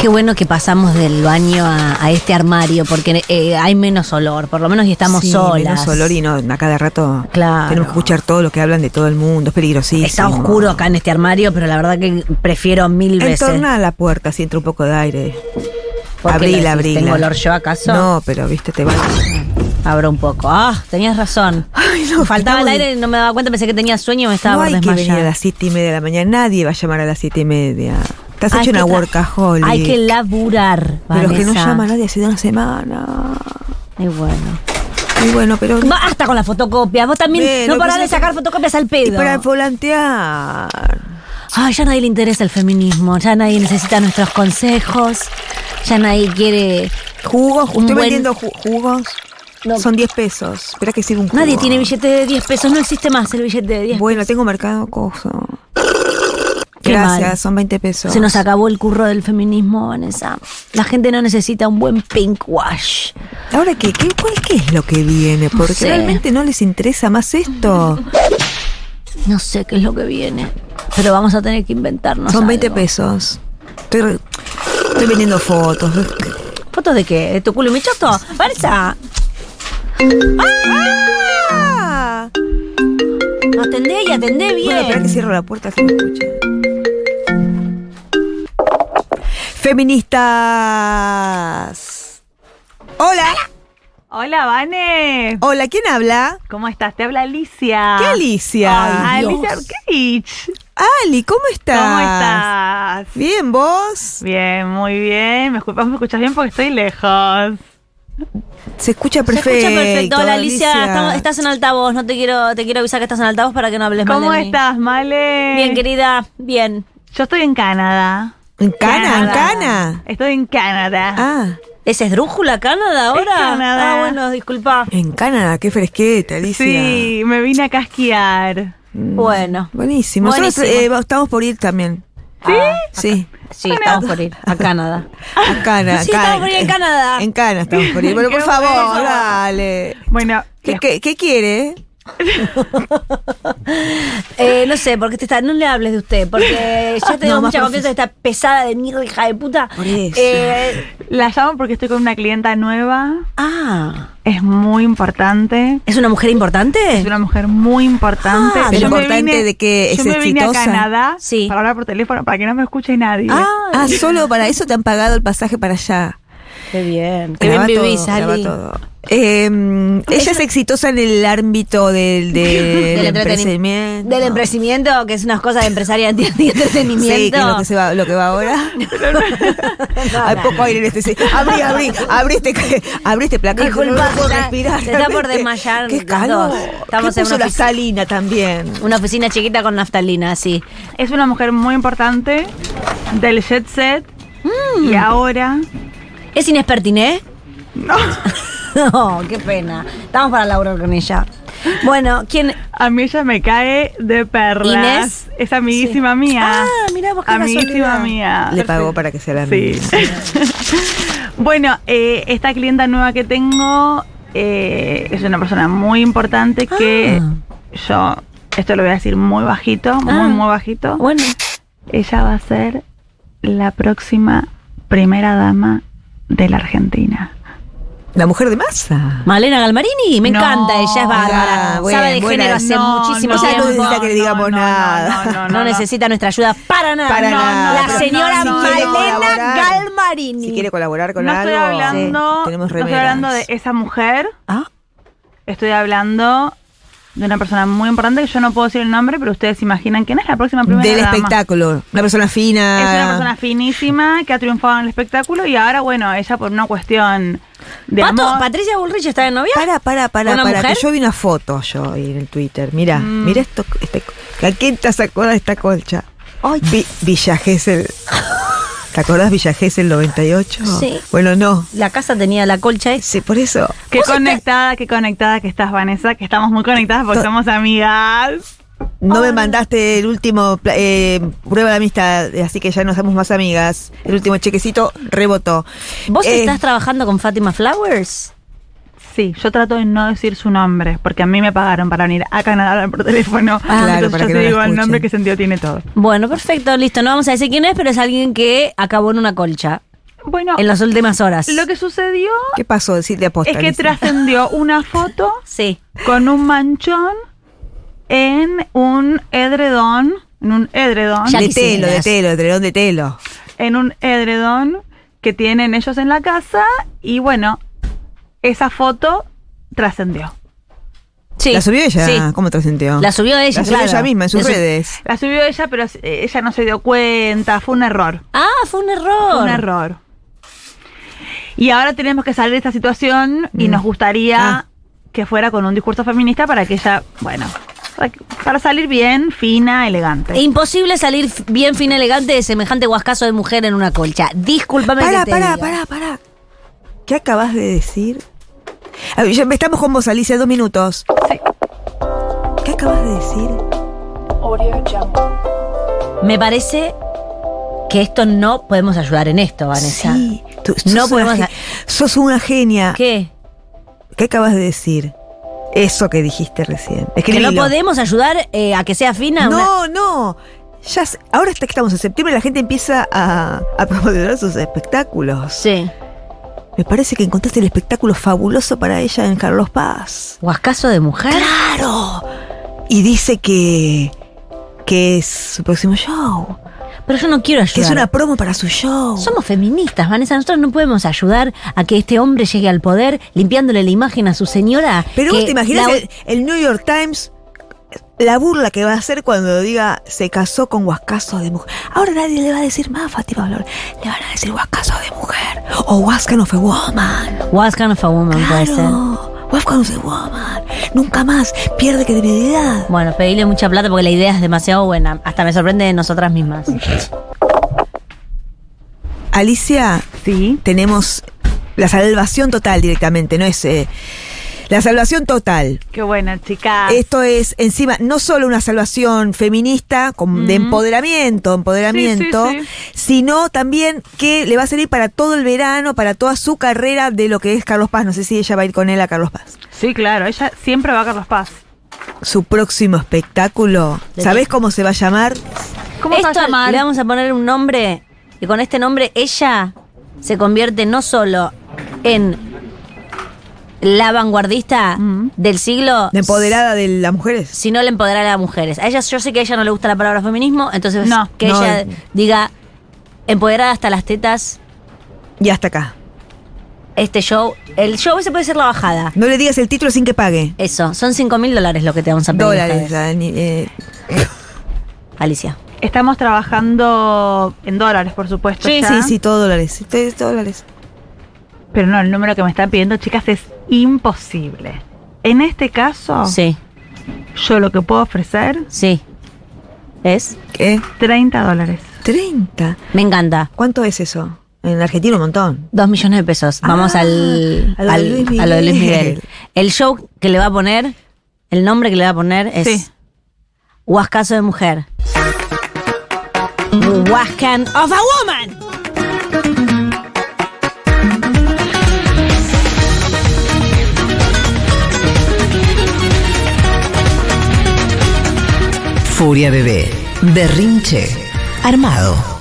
qué bueno que pasamos del baño a, a este armario, porque eh, hay menos olor, por lo menos y estamos Sí, solas. menos olor y no, a cada rato Claro. tenemos que escuchar todo lo que hablan de todo el mundo, es peligrosísimo. Está oscuro acá en este armario, pero la verdad que prefiero mil veces. Entorna la puerta, si entra un poco de aire. ¿Por qué lo Abrila, decís? abrila. ¿Tengo olor yo acaso? No, pero viste, te va. Abro un poco. Ah, tenías razón. Ay, no, Faltaba el estamos- aire, no me daba cuenta, pensé que tenía sueño y me estaba no por hay que venir a desmayar. las siete y media de la mañana, nadie va a llamar a las siete y media. Te has Hay hecho que una tra- workaholic. Hay que laburar, Pero que no Vanessa. llama a nadie hace una semana. Y bueno. Y bueno, pero. Basta con las fotocopias. Vos también Bueno, no parás pues, de sacar fotocopias al Y pedo. para volantear. Ay, Ah, ya a nadie le interesa el feminismo. Ya nadie necesita nuestros consejos. Ya nadie quiere. Jugos, Un estoy buen- vendiendo ju- jugos. No. Son 10 pesos. Espera que sirva un jugo. Nadie tiene billete de 10 pesos. No existe más el billete de 10 Bueno, tengo marcado coso. pues. Qué Gracias, mal. son 20 pesos. Se nos acabó el curro del feminismo, Vanessa. La gente no necesita un buen pink wash. Ahora, ¿qué, qué, cuál, ¿qué es lo que viene? Porque sé. realmente no les interesa más esto. No sé qué es lo que viene. Pero vamos a tener que inventarnos. son 20 algo. pesos. Estoy, re- estoy vendiendo fotos. ¿Fotos de qué? ¿De tu culo y mi choto? Vanessa, Ah, atendé y atendé bien. Bueno, espera que cierro la puerta si me escucha. Feministas. Hola. Hola, Vane. Hola, ¿quién habla? ¿Cómo estás? Te habla Alicia. ¿Qué Alicia? Ah, Ah. Ay, Alicia Dios. Arkeich. Ali, ¿cómo estás? ¿Cómo estás? Bien, vos. Bien, muy bien. Me escuchas, me escuchas bien porque estoy lejos. Se escucha Se perfecto. escucha perfecto. Hola Alicia, estamos- estás en altavoz. No te quiero, te quiero avisar que estás en altavoz para que no hables mal ¿Cómo de mí. estás, Male? Bien, querida, bien. Yo estoy en Canadá. En Cana, en Canadá. Cana. Estoy en Canadá. Ah, ¿Es esdrújula Canadá ahora? Canadá. Ah, bueno, disculpa. en Cana, qué fresqueta, Alicia. sí, me vine acá a esquiar. Bueno. Buenísimo. Nosotros Buenísimo. eh, estamos por ir también. ¿Sí? Sí. Ah, sí, estamos por ir a Canadá. A Cana. Ah. Sí, a Cana. estamos por ir en Canadá. En Cana estamos por ir. Bueno, por Qué favor, bueno. dale. Bueno, ¿Qué, les- qué- qué quiere? Eh, no sé, porque te está, no le hables de usted, porque yo tengo No, más mucha confianza profe- de esta pesada de mierda, hija de puta. Por eso. Eh, la llamo porque estoy con una clienta nueva. ah, Es muy importante. ¿es una mujer importante? Es una mujer muy importante. Ah, Yo pero me importante de que es yo me vine a exitosa. Canadá Sí. para hablar por teléfono para que no me escuche nadie. Ah, Ah, solo para eso te han pagado el pasaje para allá. qué bien. Qué bien Graba todo, vivís, graba Ali. todo. Eh, ella es exitosa en el ámbito del, del, Del entreteni- emprendimiento. Del emprendimiento, que es unas cosas de empresaria de entretenimiento. Sí, que es lo que, se va, lo que va ahora. Hay poco aire en este. sí. Abrí, abrí, abrí este, abrí este placar. Disculpa, no lo puedo se está- respirar, se está por realmente. desmayar Qué las calor. dos. Estamos ¿Qué en puso una la ofici- salina también. Una oficina chiquita con naftalina, así. Es una mujer muy importante del jet set. Mm. Y ahora. ¿Es Inespertiné? No. No, qué pena. Estamos para laburar con ella. Bueno, ¿quién? A mí ella me cae de perlas. Inés. Es amiguísima mía. Ah, mirá vos qué Amiguísima casualidad. mía. Le pagó para que sea la Sí. misma. bueno, eh, esta clienta nueva que tengo eh, es una persona muy importante que yo, esto lo voy a decir muy bajito, Ah. muy, muy bajito. Bueno, Ella va a ser la próxima primera dama de la Argentina. La mujer de masa. Malena Galmarini, me No, encanta, ella es bárbara. ah, bueno, Sabe de buena. género hace No, muchísimo no, tiempo. no necesita que le digamos nada. No, necesita nuestra ayuda para nada. Para No, nada. La no, señora no, no, Malena colaborar. Galmarini. Si quiere colaborar con no algo. estoy hablando, sí, tenemos no estoy remeras. hablando de esa mujer, Ah, estoy hablando de una persona muy importante que yo no puedo decir el nombre, pero ustedes se imaginan quién es la próxima primera Del dama. espectáculo. Una persona fina. Es una persona finísima que ha triunfado en el espectáculo y ahora, bueno, ella por una cuestión de Pato, amor. Patricia Bullrich está de novia. Para, para, para, ¿Una para. mujer? Que yo vi una foto yo ahí en el Twitter. Mira, Mm. mira esto. Este, ¿A quién te sacó de esta colcha? Vi- Villa Gesell. ¿Te acordás Villa Gesell 98? Sí. Bueno, no. La casa tenía la colcha esa. Sí, por eso. Vos este- Qué estás- conectada, qué conectada que estás, Vanessa, que estamos muy conectadas porque To- somos amigas. No me mandaste el último pla- eh, prueba de amistad, eh, así que ya no somos más amigas. El último chequecito rebotó. ¿Vos Eh, estás trabajando con Fátima Flowers? Sí, yo trato de no decir su nombre, porque a mí me pagaron para venir a Canadá a hablar por teléfono. Ah, claro, Entonces para yo que te no la digo el escuchen. nombre que sentido tiene todo. Bueno, perfecto, listo. No vamos a decir quién es, pero es alguien que acabó en una colcha. Bueno, en las últimas horas. lo que sucedió ¿Qué pasó? Sí, de aposta. es que Lisa. trascendió una foto Sí. con un manchón en un edredón, en un edredón, Ya De telo, quisieras. de telo, de telón de telo. en un edredón que tienen ellos en la casa y bueno, esa foto trascendió. sí. ¿La subió ella? Sí. ¿Cómo trascendió? La subió ella, La subió claro. ella misma en sus La sub- redes. La subió ella, pero eh, ella no se dio cuenta, fue un error. Ah, fue un error. Un error. Y ahora tenemos que salir de esta situación y Mm. nos gustaría Ah. que fuera con un discurso feminista para que ella, bueno, para, que- para salir bien, fina, elegante. E Imposible salir f- bien fin elegante de semejante guascazo de mujer en una colcha. Discúlpame Pará, que te pará, diga. pará, pará. ¿Qué acabas de decir? A ver, ya- estamos con vos, Alicia, dos minutos. Sí. ¿Qué acabas de decir? Me parece que esto no podemos ayudar en esto, Vanessa. Sí. Tú- No sos podemos Una, a- ge- sos una genia. ¿Qué? ¿Qué? acabas de decir? Eso que dijiste recién. Es Que no podemos ayudar eh, a que sea fina. una- No, no. Ya, se- ahora está que estamos en septiembre, la gente empieza a, a promocionar sus espectáculos. Sí. Me parece que encontraste el espectáculo fabuloso para ella en Carlos Paz. Guascazo de mujer. ¡Claro! Y dice que. que es su próximo show. Pero yo no quiero ayudar. Que es una promo para su show. Somos feministas, Vanessa. Nosotros no podemos ayudar a que este hombre llegue al poder limpiándole la imagen a su señora. Pero que vos te imaginas la- el, el New York Times. La burla que va a hacer cuando diga se casó con guascazo de mujer. Ahora nadie le va a decir más, Fátima Flor. Le van a decir guascazo de mujer. O Wascan of a woman. What's kind of a woman puede ser. Claro. Wascan of a woman. Nunca más. Pierde credibilidad. Bueno, pedirle mucha plata porque la idea es demasiado buena. Hasta me sorprende de nosotras mismas. Alicia, Sí. tenemos la salvación total directamente, no es eh, la salvación total. Qué buena, chica. Esto es encima no solo una salvación feminista con- de Ujú. empoderamiento, empoderamiento, Sí, sí, sino también que le va a servir para todo el verano, para toda su carrera de lo que es Carlos Paz. No sé si ella va a ir con él a Carlos Paz. Sí, claro, ella siempre va a Carlos Paz. Su próximo espectáculo, ¿De ¿sabés qué? cómo se va a llamar? ¿Cómo Esto se va a llamar? Le vamos a poner un nombre y con este nombre ella se convierte no solo en la vanguardista Mm. del siglo, La empoderada de las mujeres. sino la empoderada de las mujeres. A ella, yo sé que a ella no le gusta la palabra feminismo, entonces No, que no. ella diga empoderada hasta las tetas, Y hasta acá. este show, el show ese puede ser la bajada. No le digas el título sin que pague. Eso, son 5 mil dólares lo que te vamos a pedir. esta Dólares, vez, Dani, eh, Alicia. Estamos trabajando en dólares, por supuesto. Sí, ya. Sí, sí, todo dólares. Todo es dólares. Pero no, el número que me están pidiendo, chicas, es imposible. En este Oh. caso, Sí, yo lo que puedo ofrecer, sí. ¿Es? ¿Qué? 30 dólares. 30. Me encanta. ¿Cuánto es eso? En Argentina un montón. Dos millones de pesos. Vamos Ah, al, a lo de al- Luis a lo de Luis Miguel. Miguel. El show que le va a poner, el nombre que le va a poner es Sí. Huascazo de Mujer. Huascan of a Woman. Furia Bebé. Berrinche. Armado.